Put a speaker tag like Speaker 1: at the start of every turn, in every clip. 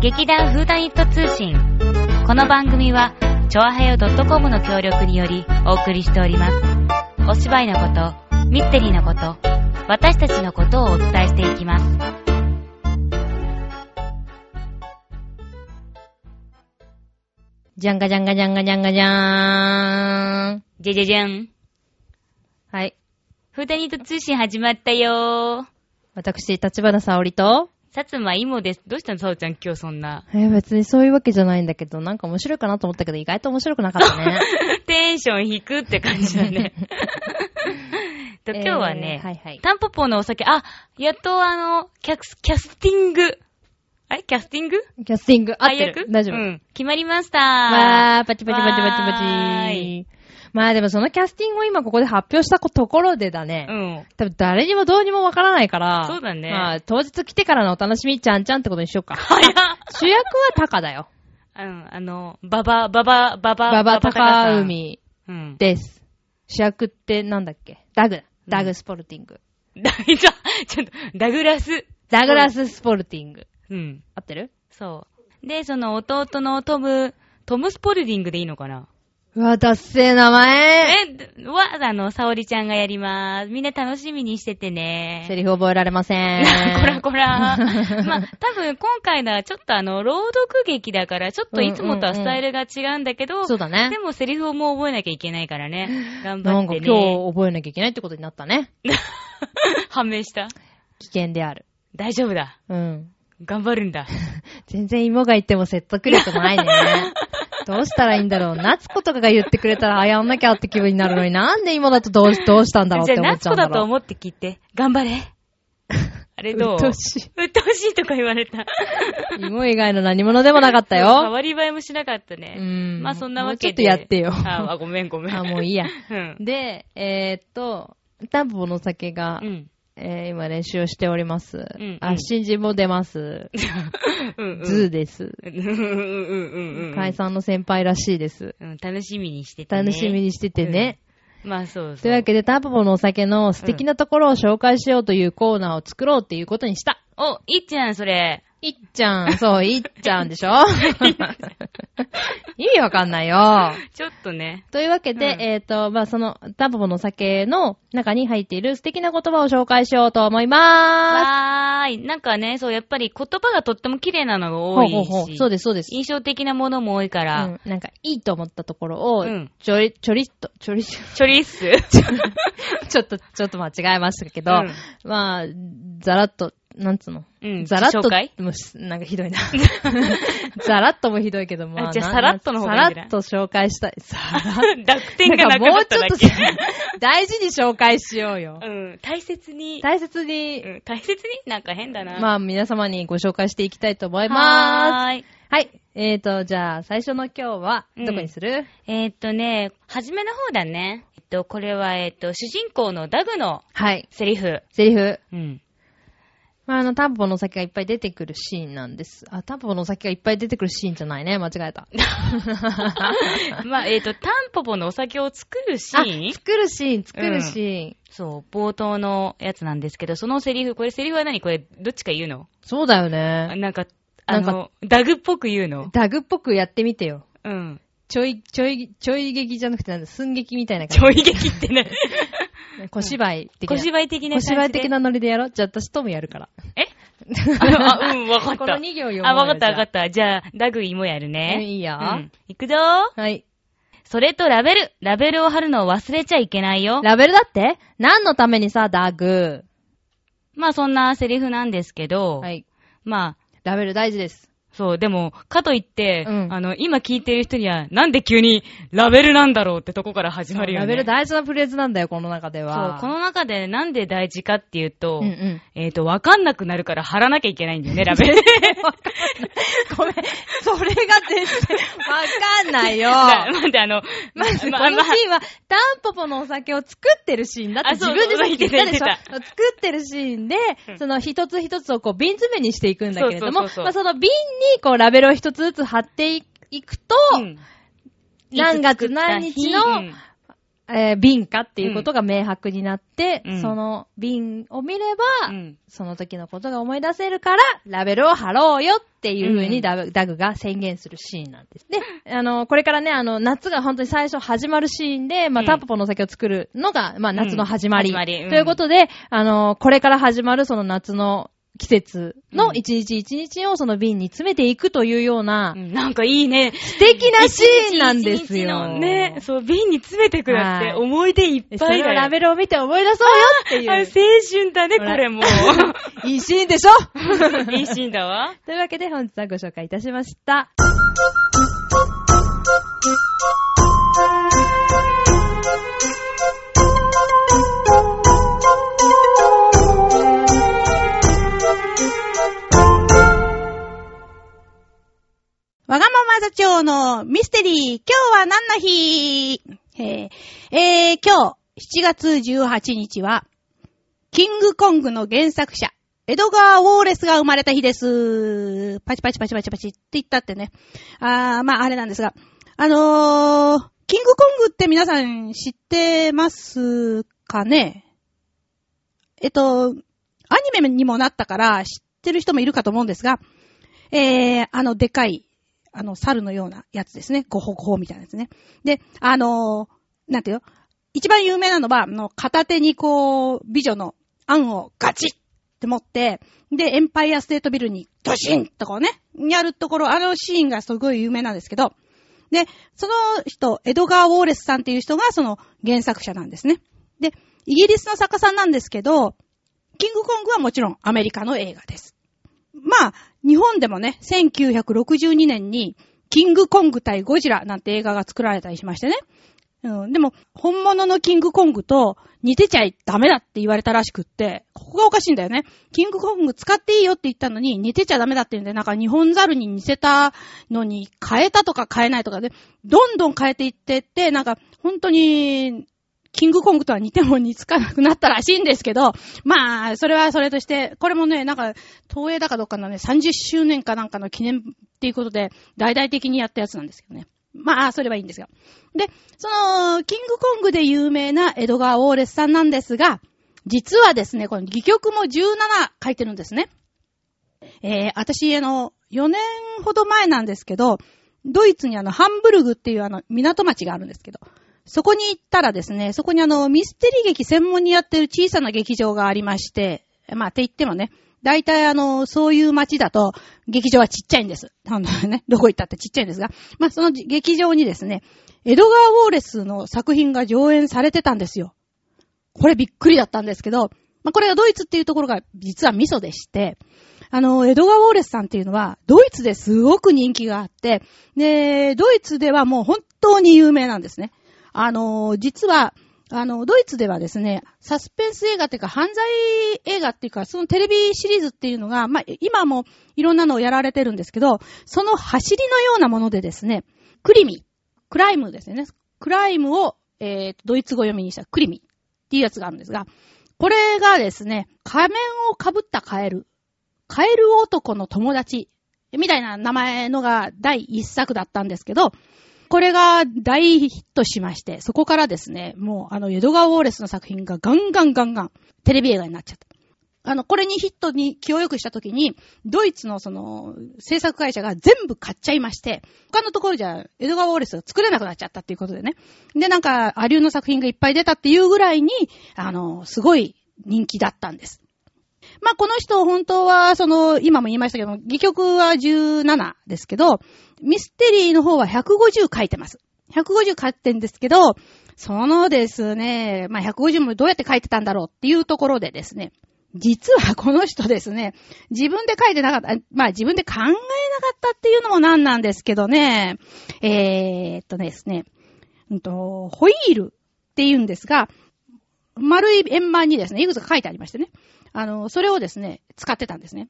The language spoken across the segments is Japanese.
Speaker 1: 劇団フーダニット通信。この番組は、ちょあへよ .com の協力によりお送りしております。お芝居のこと、ミステリーのこと、私たちのことをお伝えしていきます。
Speaker 2: じゃんがじゃんがじゃんがじゃんがじゃーん。
Speaker 1: じゃじゃじゃん。
Speaker 2: はい。
Speaker 1: フーダニット通信始まったよー。
Speaker 2: 私、立花沙織と、
Speaker 1: さつまいもです。どうしたのさおちゃん今日そんな。
Speaker 2: えー別にそういうわけじゃないんだけど、なんか面白いかな と思ったけど、意外と面白くなかったね。
Speaker 1: テンション低くって感じだね。 と今日はね、
Speaker 2: えーはいはい
Speaker 1: タンポポのお酒、あ、やっとあの、キャス、キャスティング。あれキャスティング
Speaker 2: キャスティング、合って
Speaker 1: 配
Speaker 2: る
Speaker 1: 役
Speaker 2: 大丈夫。
Speaker 1: うん。決まりました。
Speaker 2: わー、パチパチパチパチパ
Speaker 1: わーい
Speaker 2: チ。まあでもそのキャスティングを今ここで発表したところでだね。
Speaker 1: うん。
Speaker 2: 多分誰にもどうにもわからないから。
Speaker 1: そうだね
Speaker 2: まあ当日来てからのお楽しみちゃんちゃんってことにしようか。
Speaker 1: 早っ。
Speaker 2: 主役はタカだよ。
Speaker 1: うん、 あの、ババ、ババ、ババ、
Speaker 2: ババタカ
Speaker 1: さん
Speaker 2: ウ。ミ
Speaker 1: うん。
Speaker 2: です。主役ってなんだっけダグだ。ダグスポルティング。
Speaker 1: 大丈夫。ちょっと、ダグラス。
Speaker 2: ダグラススポルティング。
Speaker 1: うん。
Speaker 2: 合ってる
Speaker 1: そう。で、その弟のトム、トムスポルディングでいいのかな
Speaker 2: うわ、だっせー名前
Speaker 1: え、わ、あの、沙織ちゃんがやりまーす。みんな楽しみにしててね。
Speaker 2: セリフ覚えられませ ん。
Speaker 1: こらこら。まあ、多分今回のはちょっとあの、朗読劇だから、ちょっといつもとはスタイルが違うんだけど、
Speaker 2: そうだね
Speaker 1: で。もセリフをもう覚えなきゃいけないからね。頑
Speaker 2: な
Speaker 1: 張
Speaker 2: ん
Speaker 1: っ
Speaker 2: か
Speaker 1: てね。
Speaker 2: 今日覚えなきゃいけないってことになったね。
Speaker 1: 判明した
Speaker 2: 危険である。
Speaker 1: 大丈夫だ。
Speaker 2: うん。
Speaker 1: 頑張るんだ。
Speaker 2: 全然芋が言っても説得力もないね。 どうしたらいいんだろう。夏子とかが言ってくれたら、あ、やんなきゃって気分になるのに、なんで芋だとどうし、どうしたんだろうっ
Speaker 1: じゃ
Speaker 2: て
Speaker 1: あ、
Speaker 2: 思っ
Speaker 1: 夏
Speaker 2: ちゃ
Speaker 1: 子
Speaker 2: うんだ
Speaker 1: だと
Speaker 2: ろう。
Speaker 1: 思って聞いて。頑張 れ。あれどう
Speaker 2: うっとうし
Speaker 1: うっとうしいとか言われた。
Speaker 2: 芋以外の何者でもなかったよ。
Speaker 1: 変わり映えもしなかったね。
Speaker 2: うん
Speaker 1: まあそんなわ
Speaker 2: も
Speaker 1: け
Speaker 2: う
Speaker 1: で。
Speaker 2: ちょっとやってよ
Speaker 1: あ、あごめんごめん。
Speaker 2: あ、もういいや。
Speaker 1: うん。
Speaker 2: で、えー、っと、タンポポの酒が、
Speaker 1: うん。
Speaker 2: えー今練習をしております。
Speaker 1: んう
Speaker 2: あ、
Speaker 1: ん
Speaker 2: 新人も出ます。
Speaker 1: うんうん。
Speaker 2: ズーです。
Speaker 1: うんうんうんうんうん。
Speaker 2: 解散の先輩らしいです。
Speaker 1: うん、楽しみにしててね。
Speaker 2: 楽しみにしててね。
Speaker 1: うん。まあそうそう。
Speaker 2: というわけで、タンポポのお酒の素敵なところを紹介しようというコーナーを作ろうっていうことにした。
Speaker 1: お、いっちゃん、それ。
Speaker 2: いっちゃん、そう、いっちゃ んでしょ意味わかんないよ。
Speaker 1: ちょっとね。
Speaker 2: というわけで、
Speaker 1: うん
Speaker 2: えっ、と、まあ、その、タンポポのお酒の中に入っている素敵な言葉を紹介しようと思いまーす。
Speaker 1: わーい。なんかね、そう、やっぱり言葉がとっても綺麗なのが多いし。
Speaker 2: ほうほうほうそうです、そうです。
Speaker 1: 印象的なものも多いから。
Speaker 2: うん、なんか、いいと思ったところを、
Speaker 1: うん
Speaker 2: ちょり、ちょりっと、 ちょり、ち
Speaker 1: チョリッス
Speaker 2: ょっと、ちょっと間違えましたけ
Speaker 1: う
Speaker 2: ど、
Speaker 1: ん
Speaker 2: まあ、ざらっと、なんつうの、
Speaker 1: うん
Speaker 2: ざらっと
Speaker 1: 紹介、
Speaker 2: もうしなんか ひどいな。ざらっともひどいけど、まあ、
Speaker 1: あじゃあ
Speaker 2: な
Speaker 1: さらっとの方がいいん
Speaker 2: さ
Speaker 1: じゃ
Speaker 2: ら
Speaker 1: ない
Speaker 2: っと紹介したい。さらっ
Speaker 1: 濁点がなく
Speaker 2: んか
Speaker 1: な
Speaker 2: も
Speaker 1: っ
Speaker 2: うち
Speaker 1: た
Speaker 2: ょっ
Speaker 1: だ
Speaker 2: と
Speaker 1: け
Speaker 2: さ。大事に紹介しようよ。
Speaker 1: うん、大切に。
Speaker 2: 大切に、
Speaker 1: うん大切になんか変だな。
Speaker 2: まあ、皆様にご紹介していきたいと思いま
Speaker 1: はーい。
Speaker 2: す。はい。えーと、じゃあ、最初の今日は、
Speaker 1: うん
Speaker 2: どこにする、
Speaker 1: えーっとね、初めの方だね。えっと、これは、えっと、主人公のダグの
Speaker 2: はい。
Speaker 1: セリフ。
Speaker 2: セリフ。
Speaker 1: うん。
Speaker 2: まあ、あの、タンポポのお酒がいっぱい出てくるシーンなんです。あ、タンポポのお酒がいっぱい出てくるシーンじゃないね。間違えた。
Speaker 1: まあ、えっと、タンポポのお酒を作る シ
Speaker 2: あ
Speaker 1: ーン
Speaker 2: 作るシーン、作るシーン。
Speaker 1: そう、冒頭のやつなんですけど、そのセリフ、これセリフは何これ、どっちか言うの
Speaker 2: そうだよ
Speaker 1: あ
Speaker 2: ね。
Speaker 1: なんか、あ
Speaker 2: なん
Speaker 1: の、ダグっぽく言うの
Speaker 2: ダグっぽくやってみてよ。
Speaker 1: うん。
Speaker 2: ちょい、ちょい、ちょい劇じゃなくて、なんだ、寸劇みたいな
Speaker 1: ち
Speaker 2: 感
Speaker 1: ょい劇ってね。
Speaker 2: じ。小芝居 的な。
Speaker 1: 小芝居的な感
Speaker 2: 小
Speaker 1: じで。
Speaker 2: 芝居的なノリでやろう。じゃあ、私ともやるから。
Speaker 1: えあ、うん、わかった。
Speaker 2: この二行読もうよ
Speaker 1: あ、わかったわか
Speaker 2: じゃあ
Speaker 1: った。じゃあ、ダグイもやるね。
Speaker 2: うんいいよ
Speaker 1: うんいくぞ
Speaker 2: はい。
Speaker 1: それとラベル。ラベルを貼るのを忘れちゃいけないよ。
Speaker 2: ラベルだって何のためにさ、ダグ。
Speaker 1: まあ、そんなセリフなんですけど、
Speaker 2: はい。
Speaker 1: まあ、
Speaker 2: ラベル大事です。
Speaker 1: そう、でも、かといって、
Speaker 2: うん
Speaker 1: あの、今聞いてる人には、なんで急にラベルなんだろうってとこから始まるよね。
Speaker 2: ラベル大事なフレーズなんだよ、この中で
Speaker 1: そう
Speaker 2: は。、
Speaker 1: この中でなんで大事かっていうと、
Speaker 2: うんうん。
Speaker 1: えっ、と、わかんなくなるから貼らなきゃいけないんだよね、ラベ ル。
Speaker 2: ごめん。それが全然、わかんないよ。
Speaker 1: ななんであの、
Speaker 2: まず、こ
Speaker 1: まあ
Speaker 2: の
Speaker 1: まあ
Speaker 2: シーンは、タンポポのお酒を作ってるシーンだって
Speaker 1: あ
Speaker 2: 自
Speaker 1: そう
Speaker 2: 分でさっき言ったでしょ
Speaker 1: 言っ
Speaker 2: 作ってるシーンで
Speaker 1: うん、
Speaker 2: その一つ一つをこう瓶詰めにしていくんだけれども、
Speaker 1: そうそうそうそう
Speaker 2: まあ、その瓶にこうラベルを一つずつ貼っていくと、
Speaker 1: うん
Speaker 2: 何月何日の
Speaker 1: いつ作った日うん
Speaker 2: えー瓶かっていうことが明白になって、
Speaker 1: うん
Speaker 2: その瓶を見れば、
Speaker 1: うん
Speaker 2: その時のことが思い出せるから、ラベルを貼ろうよっていう風
Speaker 1: うん
Speaker 2: にダ,、ダグが宣言するシーンなんです。で、あの、これからね、あの、夏が本当に最初始まるシーンで、まあ、
Speaker 1: うん
Speaker 2: タンポポのお酒を作るのが、まあ、夏の始まり。
Speaker 1: うん始まりうん
Speaker 2: ということで、あの、これから始まるその夏の季節
Speaker 1: う
Speaker 2: の
Speaker 1: ん
Speaker 2: 一日一日をその瓶に詰めていくというような
Speaker 1: う、んなんかいいね。
Speaker 2: 素敵なシーンなんです
Speaker 1: 一日
Speaker 2: よ。
Speaker 1: のね、そう、瓶に詰めてくだって、
Speaker 2: はい
Speaker 1: 思い出いっ
Speaker 2: でそ
Speaker 1: ぱい
Speaker 2: れ
Speaker 1: だ
Speaker 2: をラ
Speaker 1: よ。
Speaker 2: ベルを見て思い出そう
Speaker 1: あ青
Speaker 2: よってい
Speaker 1: 春だね、こ
Speaker 2: ほら
Speaker 1: れも。
Speaker 2: う。いいシーンでしょ
Speaker 1: いいシーンだわ。
Speaker 2: というわけで本日はご紹介いたしました。
Speaker 3: わがまま座長のミステリー、今日は何の日えーえー今日、7月18日は、キングコングの原作者、エドガー・ウォーレスが生まれた日です。パチパチパチパチパチって言ったってね。あー、まああれなんですが。あのー、キングコングって皆さん知ってますかねえっと、アニメにもなったから知ってる人もいるかと思うんですが、えー、あの、でかい、あの、猿のようなやつですね。ゴホゴホみたいなやつね。で、あのーなんていうの一番有名なのは、あの、片手にこう、美女の案をガチッって持って、で、エンパイアステートビルにドシンとこうね、やるところ、あのシーンがすごい有名なんですけど、で、その人、エドガー・ウォーレスさんっていう人がその原作者なんですね。で、イギリスの作家さんなんですけど、キングコングはもちろんアメリカの映画です。まあ、日本でもね、1962年に、キングコング対ゴジラなんて映画が作られたりしましてね。うん、でも、本物のキングコングと似てちゃダメだって言われたらしくって、ここがおかしいんだよね。キングコング使っていいよって言ったのに、似てちゃダメだって言うんで、なんか日本ザルに似せたのに変えたとか変えないとかで、どんどん変えていってって、なんか本当に、キングコングとは似ても似つかなくなったらしいんですけど、まあ、それはそれとして、これもね、なんか、東映だかどっかのね、30周年かなんかの記念っていうことで、大々的にやったやつなんですけどね。まあ、それはいいんですよ。で、その、キングコングで有名なエドガー・ウォーレスさんなんですが、実はですね、この戯曲も17書いてるんですね。えー、私、あの、4年ほど前なんですけど、ドイツにあの、ハンブルグっていうあの、港町があるんですけど、そこに行ったらですね、そこにあの、ミステリー劇専門にやってる小さな劇場がありまして、まあ、って言ってもね、大体あの、そういう街だと、劇場はちっちゃいんです。あのね、 どこ行ったってちっちゃいんですが、まあ、その劇場にですね、エドガー・ウォーレスの作品が上演されてたんですよ。これびっくりだったんですけど、まあ、これがドイツっていうところが実はミソでして、あの、エドガー・ウォーレスさんっていうのは、ドイツですごく人気があって、で、ドイツではもう本当に有名なんですね。あの、実は、あの、ドイツではですね、サスペンス映画っていうか、犯罪映画っていうか、そのテレビシリーズっていうのが、まあ、今もいろんなのをやられてるんですけど、その走りのようなものでですね、クリミ、クライムですよね。クライムを、えー、ドイツ語読みにしたクリミっていうやつがあるんですが、これがですね、仮面をかぶったカエル、カエル男の友達、みたいな名前のが第一作だったんですけど、これが大ヒットしまして、そこからですね、もうあの、エドガー・ウォーレスの作品がガンガンガンガンテレビ映画になっちゃった。あの、これにヒットに気を良くしたときに、ドイツのその、制作会社が全部買っちゃいまして、他のところじゃ、エドガー・ウォーレスが作れなくなっちゃったっていうことでね。で、なんか、アリューの作品がいっぱい出たっていうぐらいに、あの、すごい人気だったんです。まあ、この人、本当は、その、今も言いましたけども、戯曲は17ですけど、ミステリーの方は150書いてます。150書いてんですけど、そのですね、まあ、150もどうやって書いてたんだろうっていうところでですね、実はこの人ですね、自分で書いてなかった、まあ自分で考えなかったっていうのもなんなんですけどね、えー、っとですね、うんと、ホイールって言うんですが、丸い円盤にですね、いくつか書いてありましてね、あの、それをですね、使ってたんですね。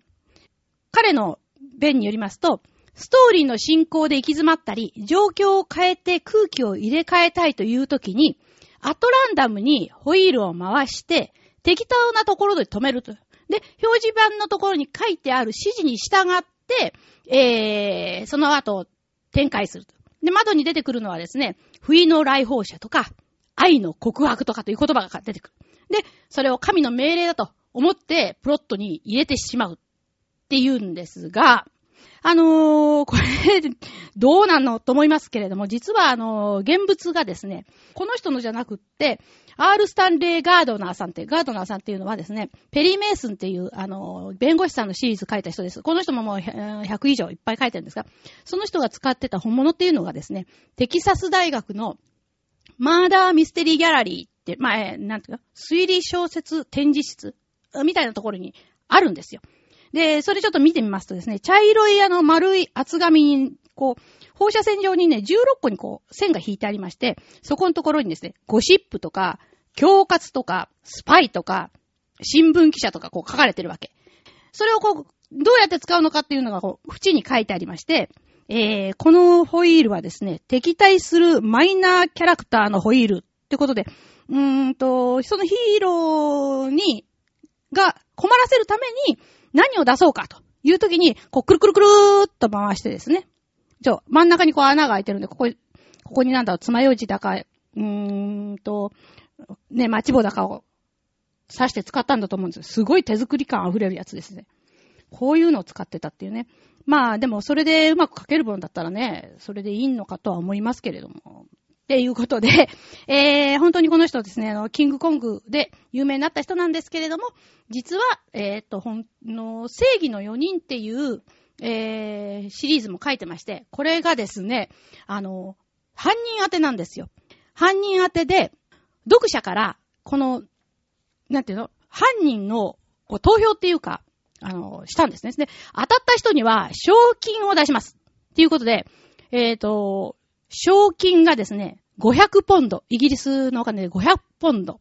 Speaker 3: 彼の弁によりますと、ストーリーの進行で行き詰まったり、状況を変えて空気を入れ替えたいという時に、アトランダムにホイールを回して、適当なところで止めると。で、表示板のところに書いてある指示に従って、えー、その後、展開すると。で、窓に出てくるのはですね、不意の来訪者とか、愛の告白とかという言葉が出てくる。で、それを神の命令だと思って、プロットに入れてしまうっていうんですが、あのーこれ、どうなのと思いますけれども、実はあのー現物がですね、この人のじゃなくって、R. スタンレー・ガードナーさんって、ガードナーさんっていうのはですね、ペリー・メイスンっていう、あのー弁護士さんのシリーズ書いた人です。この人ももうえー100以上いっぱい書いてるんですが、その人が使ってた本物っていうのがですね、テキサス大学のマーダーミステリーギャラリーって、まあ、えーなんていうか、推理小説展示室みたいなところにあるんですよ。で、それちょっと見てみますとですね、茶色いあの丸い厚紙に、こう、放射線状にね、16個にこう、線が引いてありまして、そこのところにですね、ゴシップとか、恐喝とか、スパイとか、新聞記者とかこう書かれてるわけ。それをこう、どうやって使うのかっていうのが、こう、縁に書いてありまして、えー、このホイールはですね、敵対するマイナーキャラクターのホイールってことで、うーんと、そのヒーローに、が困らせるために何を出そうかというときに、こう、くるくるくるーっと回してですね。ちょ、真ん中にこう穴が開いてるんで、ここ、ここになんだろう、爪楊枝だか、うーんと、ね、マッチ棒だかを刺して使ったんだと思うんですよすごい手作り感溢れるやつですね。こういうのを使ってたっていうね。まあでもそれでうまく書ける分だったらね、それでいいのかとは思いますけれども。っていうことで、 えー、本当にこの人はですね、あの、キングコングで有名になった人なんですけれども、実は、えーっと、ほんの、正義の4人っていう、えー、シリーズも書いてまして、これがですね、あの、犯人宛てなんですよ。犯人宛てで、読者から、この、なんていうの犯人のこう投票っていうか、あの、したんですね。で、当たった人には賞金を出します。っていうことで、えっ、と、賞金がですね、500ポンド。イギリスのお金で500ポンド。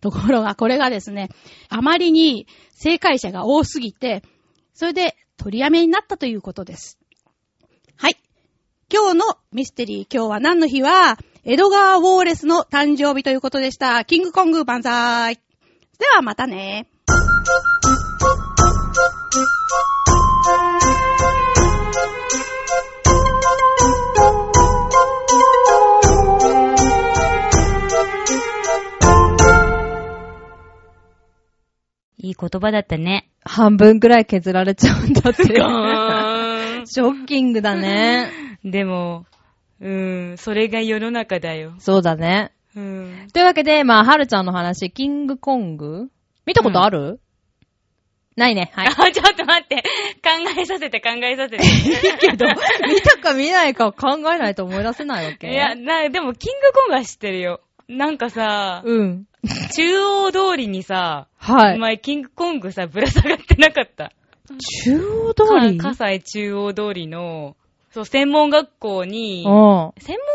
Speaker 3: ところが、これがですね、あまりに正解者が多すぎて、それで取りやめになったということです。はい。今日のミステリー、今日は何の日は、エドガー・ウォーレスの誕生日ということでした。キングコング万歳。ではまたね。
Speaker 4: いい言葉だったね。
Speaker 2: 半分くらい削られちゃうん だって。
Speaker 1: ガーン
Speaker 2: ショッキングだね。
Speaker 1: でも、うーん、それが世の中だよ。
Speaker 2: そうだね。
Speaker 1: うん。
Speaker 2: というわけで、まあ、はるちゃんの話、キングコング見たことある、ないね。はい。
Speaker 1: あ、ちょっと待って。考えさせて、考えさせて。
Speaker 2: けど、見たか見ないかを考えないと思い出せないわけ。
Speaker 1: いや、な、でも、キングコングは知ってるよ。なんかさ、
Speaker 2: うん。
Speaker 1: 中央通りにさ、
Speaker 2: は
Speaker 1: お
Speaker 2: い。
Speaker 1: 前、キングコングさ、ぶら下がってなかった。
Speaker 2: 中央通り
Speaker 1: か葛西中央通りの、そう、専門学校に、
Speaker 2: うん。
Speaker 1: 専門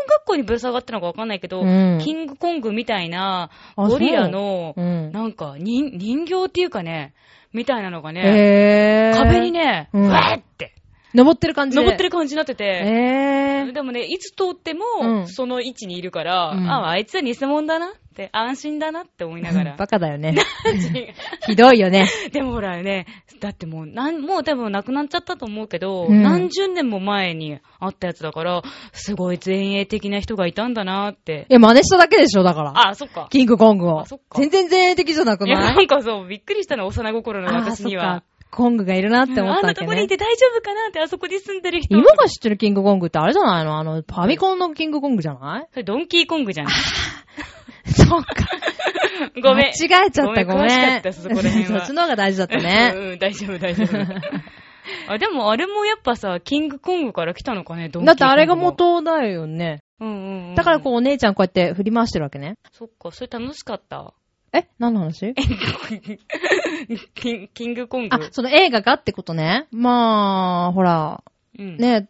Speaker 1: 学校にぶら下がったのかわかんないけど、
Speaker 2: うん
Speaker 1: キングコングみたいな、
Speaker 2: あ
Speaker 1: ゴリラの
Speaker 2: う、ん。
Speaker 1: なんか人、人形っていうかね、みたいなのがね、
Speaker 2: えー。
Speaker 1: 壁にね、
Speaker 2: う
Speaker 1: うんわーって、
Speaker 2: 登ってる感じで。
Speaker 1: 登ってる感じになってて、
Speaker 2: え ー。
Speaker 1: でもね、いつ通っても、
Speaker 2: うん
Speaker 1: その位置にいるから、
Speaker 2: うん
Speaker 1: あ、あいつは偽物だなって、安心だなって思いながら
Speaker 2: バ。カだよね。ひどいよね。
Speaker 1: でもほらね、だってもう、なん、もう多分なくなっちゃったと思うけど、
Speaker 2: うん
Speaker 1: 何十年も前にあったやつだから、すごい前衛的な人がいたんだなって
Speaker 2: い。や、真似しただけでしょ、だから。
Speaker 1: あ、そっか。
Speaker 2: キングコングを
Speaker 1: あそっ。か
Speaker 2: 全然前衛的じゃなく
Speaker 1: いや、
Speaker 2: な
Speaker 1: ないんかそう、びっくりしたの、幼心の
Speaker 2: あー、
Speaker 1: 私
Speaker 2: そっ
Speaker 1: には
Speaker 2: か。。コングがいるなって思っ
Speaker 1: あん
Speaker 2: たわ
Speaker 1: なと
Speaker 2: けね。
Speaker 1: こにいて大丈夫かなって、あそこに住んでる人。
Speaker 2: 今が知ってるキングコングってあれじゃないのあの、ファミコンのキングコングじゃない
Speaker 1: それドンキーコングじゃん。
Speaker 2: そうか。
Speaker 1: ごめん。
Speaker 2: 間違えちゃった、ごめん。
Speaker 1: 詳しかった、そこら辺は。
Speaker 2: そっちの方が大事だったね。
Speaker 1: うん、大丈夫、大丈 夫。あ、でもあれもやっぱさ、キングコングから来たのかね、ドンキーコ
Speaker 2: だっ
Speaker 1: ングは。
Speaker 2: てあれが元だよね。
Speaker 1: うんうんうん。
Speaker 2: だからこうお姉ちゃんこうやって振り回してるわけね。
Speaker 1: そっか、それ楽しかった。
Speaker 2: え何の話
Speaker 1: キンキングコング
Speaker 2: あ、。その映画がってことね。まあ、ほら、
Speaker 1: うん。
Speaker 2: ね、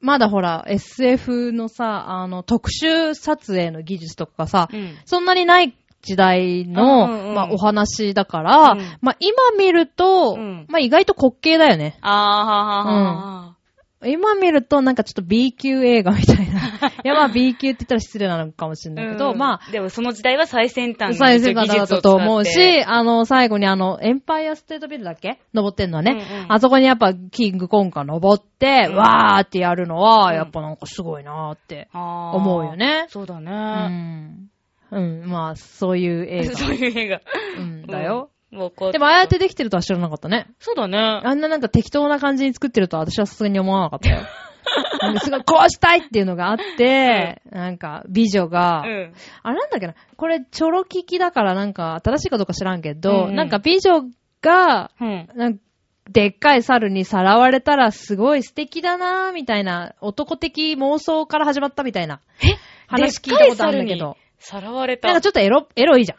Speaker 2: まだほら、SF のさ、あの、特殊撮影の技術とかがさ、
Speaker 1: うん。
Speaker 2: そんなにない時代
Speaker 1: うんうん
Speaker 2: の、
Speaker 1: うん
Speaker 2: まあ、お話だから、
Speaker 1: うん
Speaker 2: まあ、今見ると、
Speaker 1: うん
Speaker 2: まあ、意外と滑稽だよね。
Speaker 1: あーはーはーはーは
Speaker 2: 今見ると、なんかちょっと B 級映画みたい な。いや、まあ、B 級って言ったら失礼なのかもしれ
Speaker 1: ー
Speaker 2: ないけど、
Speaker 1: うん
Speaker 2: ま
Speaker 1: でもその時代は最先
Speaker 2: あ、
Speaker 1: 端
Speaker 2: 最先端
Speaker 1: 技術を使っ
Speaker 2: だっ
Speaker 1: て
Speaker 2: たと思うし、あの、最後にあの、エンパイアステートビルだっけ登ってんのは
Speaker 1: う
Speaker 2: ね、
Speaker 1: んうん
Speaker 2: あそこにやっぱ、キングコングが登って、
Speaker 1: うん
Speaker 2: わーってやるのは、
Speaker 1: うん
Speaker 2: やっぱなんかすごいなーって
Speaker 1: あー
Speaker 2: 思うよね。
Speaker 1: そうだ
Speaker 2: う
Speaker 1: ね。
Speaker 2: ん。うん、まあ、そういう映 画。
Speaker 5: そういう映画。
Speaker 2: うん、だ
Speaker 5: うん。
Speaker 2: よ。
Speaker 5: もうこう。
Speaker 2: でも、ああやってできてるとは知らなかったね。
Speaker 5: そうだね。
Speaker 2: あんななんか適当な感じに作ってるとは私はさすがに思わなかった よ。うんすごい、こうしたいっていうのがあって、なんか、美女が、
Speaker 5: うん。
Speaker 2: あれなんだっけな、これ、チョロキキだからなんか、正しいかどうか知らんけど、
Speaker 5: うん
Speaker 2: なんか美女が、
Speaker 5: うん。
Speaker 2: なんでっかい猿にさらわれたらすごい素敵だなぁ、みたいな、男的妄想から始まったみたいな話聞いたことあるんだけど。
Speaker 5: さらわれた。
Speaker 2: なんかちょっとエロ、エロいじゃん。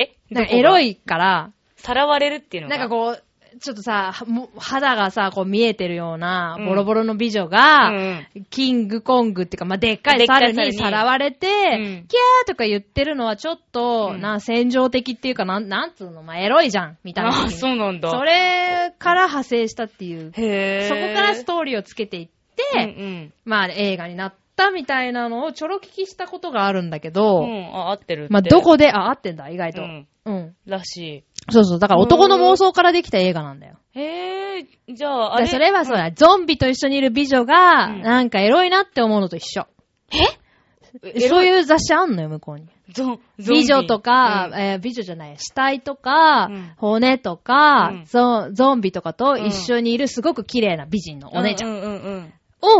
Speaker 5: え
Speaker 2: なんかエロ
Speaker 5: い。
Speaker 2: いから、
Speaker 5: さらわれるっていうの
Speaker 2: な
Speaker 5: が。
Speaker 2: んかこう、ちょっとさ、はも肌がさ、こう見えてるような
Speaker 5: うん、
Speaker 2: ボロボロの美女が、
Speaker 5: うん
Speaker 2: キングコングっていうか、まあ、でっか
Speaker 5: で
Speaker 2: い
Speaker 5: っかい
Speaker 2: 猿
Speaker 5: 猿
Speaker 2: に
Speaker 5: に
Speaker 2: さらわれて、
Speaker 5: ん
Speaker 2: キャーとか言ってるのはちょっと、
Speaker 5: うん
Speaker 2: な、戦場的っていうか、なん、なんつうの、まあ、エロいじゃん、みたいな。
Speaker 5: ああ、そうなんだ。
Speaker 2: それから派生したっていう
Speaker 5: へえ。
Speaker 2: そこからストーリーをつけていって、
Speaker 5: うん
Speaker 2: まあ映画になったみたいなのをちょろ聞きしたことがあるんだけ
Speaker 5: うん。
Speaker 2: ど、
Speaker 5: うん、あ、合ってるって。
Speaker 2: まあどこで、あ、合ってんだ、意外
Speaker 5: う
Speaker 2: と、うん。
Speaker 5: ん。らし
Speaker 2: そうそう、だから男の妄想からできた映画なんだよ。
Speaker 5: い。へえ、じゃあ、あ
Speaker 2: で
Speaker 5: れ。
Speaker 2: それはそうだ、ゾンビと一緒にいる美女が、
Speaker 5: うん
Speaker 2: なんかエロいなって思うのと一緒。
Speaker 5: エロ
Speaker 2: そういう雑誌あんのよ、向こうに。
Speaker 5: ゾン、ゾンビ
Speaker 2: 美女と
Speaker 5: う
Speaker 2: か、
Speaker 5: ん
Speaker 2: えー美女じゃない、死体とか、
Speaker 5: うん
Speaker 2: 骨とか、
Speaker 5: うん
Speaker 2: ゾンゾンビとかと一緒にいるすごく綺麗な美人のお姉ちゃん
Speaker 5: うんうんうん。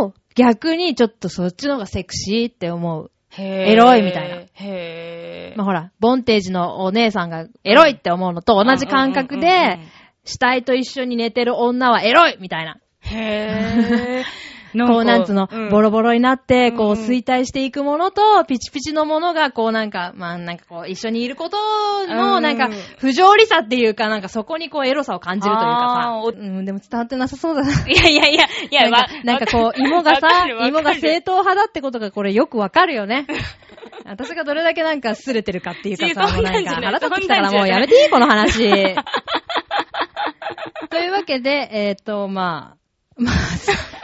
Speaker 2: を逆にちょっとそっちの方がセクシーって思う。
Speaker 5: へえ。
Speaker 2: エロいみたいな
Speaker 5: へえ。
Speaker 2: まあ、ほら、ボンテージのお姉さんがエロいって思うのと同じ感覚
Speaker 5: うんうんうんう
Speaker 2: で
Speaker 5: ん、
Speaker 2: 死体と一緒に寝てる女はエロいみたいな。
Speaker 5: へぇ
Speaker 2: こうなんつうの、ボロボロになって、こう
Speaker 5: うんうん
Speaker 2: 衰退していくものと、ピチピチのものが、こうなんか、まあなんかこう一緒にいること
Speaker 5: う
Speaker 2: の、
Speaker 5: ん
Speaker 2: なんか、不条理さっていうか、なんかそこにこうエロさを感じるという
Speaker 5: あー
Speaker 2: か
Speaker 5: お
Speaker 2: さ。うん、でも伝わってなさそうだな。
Speaker 5: いやいやいや、いや、
Speaker 2: なん
Speaker 5: わ
Speaker 2: か、なんかこう、芋が
Speaker 5: わ
Speaker 2: さ
Speaker 5: かるわか、る
Speaker 2: 芋が正当派だってことがこれよくわかる よね。私がどれだけなんか擦れてるかっていうか
Speaker 5: そ
Speaker 2: さ、も
Speaker 5: ん
Speaker 2: う
Speaker 5: な
Speaker 2: なんん
Speaker 5: じ
Speaker 2: か
Speaker 5: ゃない
Speaker 2: 腹立ってきたからもうやめていいこの話。というわけで、えっ、と、まあ、 まあ、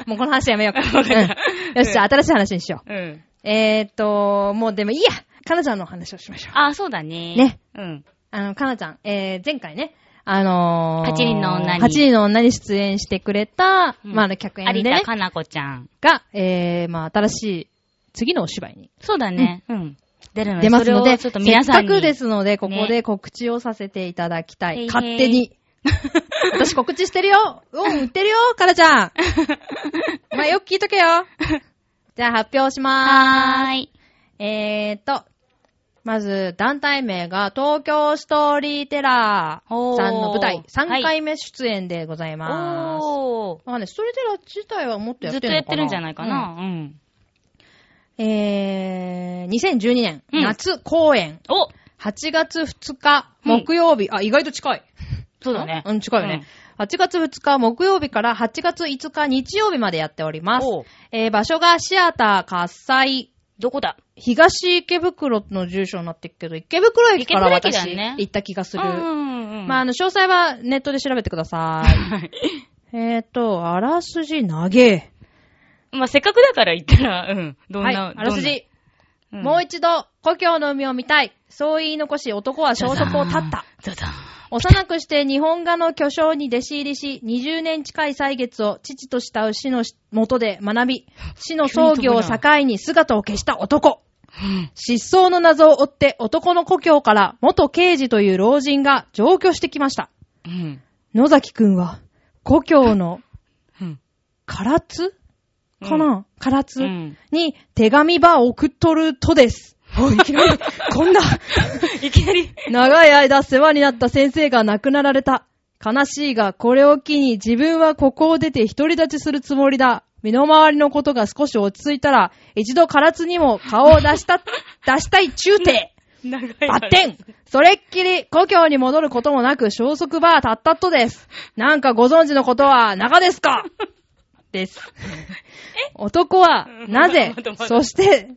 Speaker 2: もうこの話やめようか。
Speaker 5: わかった
Speaker 2: うんよし、じゃあ新しい話にしよ
Speaker 5: うん。
Speaker 2: う。えっ、と、もうでもいいやかなちゃんの話をしましょう。
Speaker 1: あ、そうだね。
Speaker 2: ね。
Speaker 5: うん。
Speaker 2: あの、かなちゃん、えー、前回ね、あのー、
Speaker 1: 八人の女に
Speaker 2: 8人の女に出演してくれた、
Speaker 1: うん
Speaker 2: まあ、あの客演で、
Speaker 1: 有
Speaker 2: ね
Speaker 1: 田、かなこちゃん。
Speaker 2: が、えー、まあ、新しい、次のお芝居に
Speaker 1: そうだね。うん。出るの
Speaker 2: 出ますの
Speaker 1: それを
Speaker 2: で、
Speaker 1: ち
Speaker 2: せ
Speaker 1: ょっ
Speaker 2: っ
Speaker 1: と皆さ
Speaker 2: か
Speaker 1: んに。
Speaker 2: くですので、ここ
Speaker 1: ね
Speaker 2: で告知をさせていただきた
Speaker 1: へいへ
Speaker 2: い。
Speaker 1: い
Speaker 2: 勝手 に。私告知してるようん、売ってるよかなち ゃんお前よく聞いとけよじゃあ発表しま
Speaker 1: はーい。
Speaker 2: ーす。えーと、まず、団体名が東京ストーリーテラーさんの舞台
Speaker 1: おー
Speaker 2: 3回目出演でございます。
Speaker 1: おー。
Speaker 2: まあね、ストーリーテラー自体はもっとや
Speaker 1: ず
Speaker 2: っ
Speaker 1: ってと
Speaker 2: るの
Speaker 1: や
Speaker 2: か
Speaker 1: っ
Speaker 2: な
Speaker 1: てるんじゃないか
Speaker 2: うん
Speaker 1: な。うん。
Speaker 2: えー、2012年、
Speaker 1: うん
Speaker 2: 夏公演、
Speaker 1: お
Speaker 2: 8月2日、
Speaker 1: うん
Speaker 2: 木曜日、あ、意外と近い。
Speaker 1: そうだね。
Speaker 2: うん、近いよね。8月2日木曜日から8月5日日曜日までやっております。
Speaker 1: おう
Speaker 2: えー場所がシアター喝采、
Speaker 1: どこだ
Speaker 2: 東池袋の住所になってるけど、池袋駅から
Speaker 1: 池
Speaker 2: 私、
Speaker 1: 袋駅だよね
Speaker 2: 行った気がする。
Speaker 1: うんうんうん。
Speaker 2: まあ、あの、詳細はネットで調べてくださ い。えーと、あらすじ投げ。
Speaker 5: まあ、 せっかくだから言ったら、うん。どん
Speaker 2: はい、
Speaker 5: な、
Speaker 2: あらすじ。
Speaker 5: どんな。
Speaker 2: もう
Speaker 5: 一
Speaker 2: 一度、故郷の海を見たい。そう言い残し、男は消息を絶った。。
Speaker 5: ザザン
Speaker 2: 幼くして日本画の巨匠に弟子入りし、20年近い歳月を父と慕う死の下で学び、死の葬儀を境に姿を消した男。失踪の謎を追って男の故郷から元刑事という老人が上京してきました。
Speaker 5: うん。
Speaker 2: 野崎くんは、故郷の
Speaker 5: うん。
Speaker 2: 唐津かな唐津
Speaker 5: うん
Speaker 2: に手紙ば送っとるとです。おい、いきなり、こんな。
Speaker 5: いきなり。
Speaker 2: 長い間世話になった先生が亡くなられた。悲しいが、これを機に自分はここを出て独り立ちするつもりだ。身の回りのことが少し落ち着いたら、一度唐津にも顔を出 した、出したい中帝
Speaker 5: 長い。
Speaker 2: バッテンそれっきり故郷に戻ることもなく消息ばたったっとです。なんかご存知のことは長で すかです。男はなぜ
Speaker 5: まだまだま、だ
Speaker 2: そして、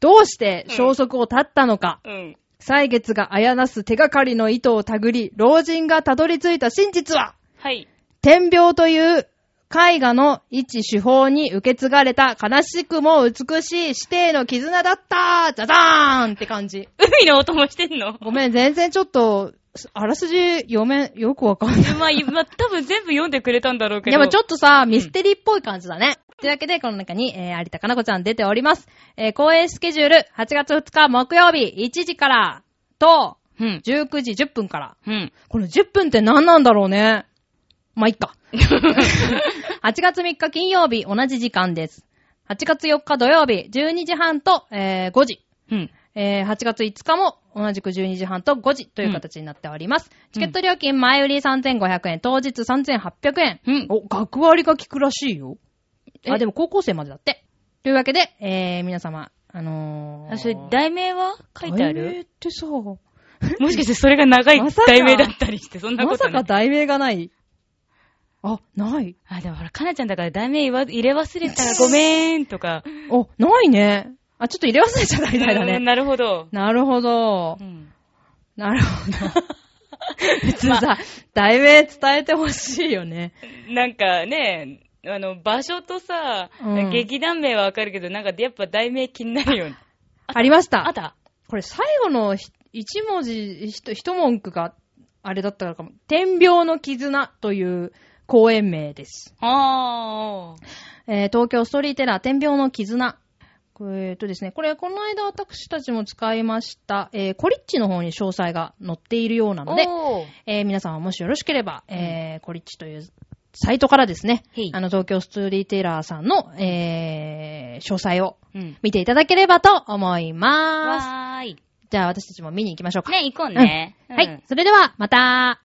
Speaker 2: どうして消息を絶ったのか。
Speaker 5: うん。
Speaker 2: 歳月があやなす手がかりの糸を手繰り、老人がたどり着いた真実は、
Speaker 5: はい。
Speaker 2: 天描という絵画の一手法に受け継がれた悲しくも美しい師弟の絆だったザザーンって感じ。
Speaker 5: 海の音もしてんの
Speaker 2: ごめん、全然ちょっと、あらすじ読め、よくわかんない。
Speaker 5: まあ、いまあ、多分全部読んでくれたんだろうけ
Speaker 2: で
Speaker 5: ど。
Speaker 2: もちょっとさ、ミステリーっぽい感じだね。というわけで、この中に、えー、有田かなこちゃん出ております。えー、公演スケジュール、8月2日木曜日1時からと、
Speaker 1: うん。
Speaker 2: 19時10分から。
Speaker 1: うん。
Speaker 2: この10分って何なんだろうね。まあ、い っか。8月3日金曜日、同じ時間です。8月4日土曜日、12時半と、えー5時。
Speaker 1: うん。
Speaker 2: えー8月5日も同じく12時半と5時という形になっております。チケット料金前売り3500円、当日3800円。
Speaker 1: うん
Speaker 2: お、学割が効くらしいよ。
Speaker 1: え
Speaker 2: あ、でも高校生までだって。というわけで、えー、皆様、あのー、
Speaker 1: あ、それ、題名は書いてあ
Speaker 2: 題名
Speaker 1: る
Speaker 2: ってさ、
Speaker 1: もしかしてそれが長い
Speaker 2: まさか
Speaker 1: 題名だったりして、そんな
Speaker 2: ま
Speaker 1: こ
Speaker 2: さ
Speaker 1: とな
Speaker 2: か
Speaker 1: い。
Speaker 2: 題名がない。あ、ない。
Speaker 1: あ、でもほら、かなちゃんだから題名言わ入れ忘れたらごめーんとか。
Speaker 2: あ、ないね。あ、ちょっと入れ忘れちゃったみたいだ
Speaker 1: うん
Speaker 2: ね。
Speaker 1: なるほど。
Speaker 2: なるほど
Speaker 1: う。ん。
Speaker 2: なる ほど。別にさ、題名伝えてほしいよね。
Speaker 1: なんかね、あの、場所とさ、
Speaker 2: うん
Speaker 1: 劇団名はわかるけど、なんかやっぱ題名気になるよね。
Speaker 2: ありました。
Speaker 1: あった
Speaker 2: これ最後のひ一文字、ひと一文句があれだったのかも。天秤の絆という公演名です。
Speaker 1: あー。
Speaker 2: えー東京ストーリーテラー天秤の絆。これえっとですね、これ、この間私たちも使いました、えーコリッチの方に詳細が載っているようなので、
Speaker 1: おー。
Speaker 2: えー皆さんはもしよろしければ、えーコリッチというサイトからですね
Speaker 1: へい、
Speaker 2: あの、東京ストーリーテラーさんの、えー詳細を
Speaker 1: うん。
Speaker 2: 見ていただければと思います。
Speaker 1: わーい。
Speaker 2: じゃあ私たちも見に行きましょうか。
Speaker 1: ね、行こうね。
Speaker 2: は
Speaker 1: うん
Speaker 2: い。それでは、また。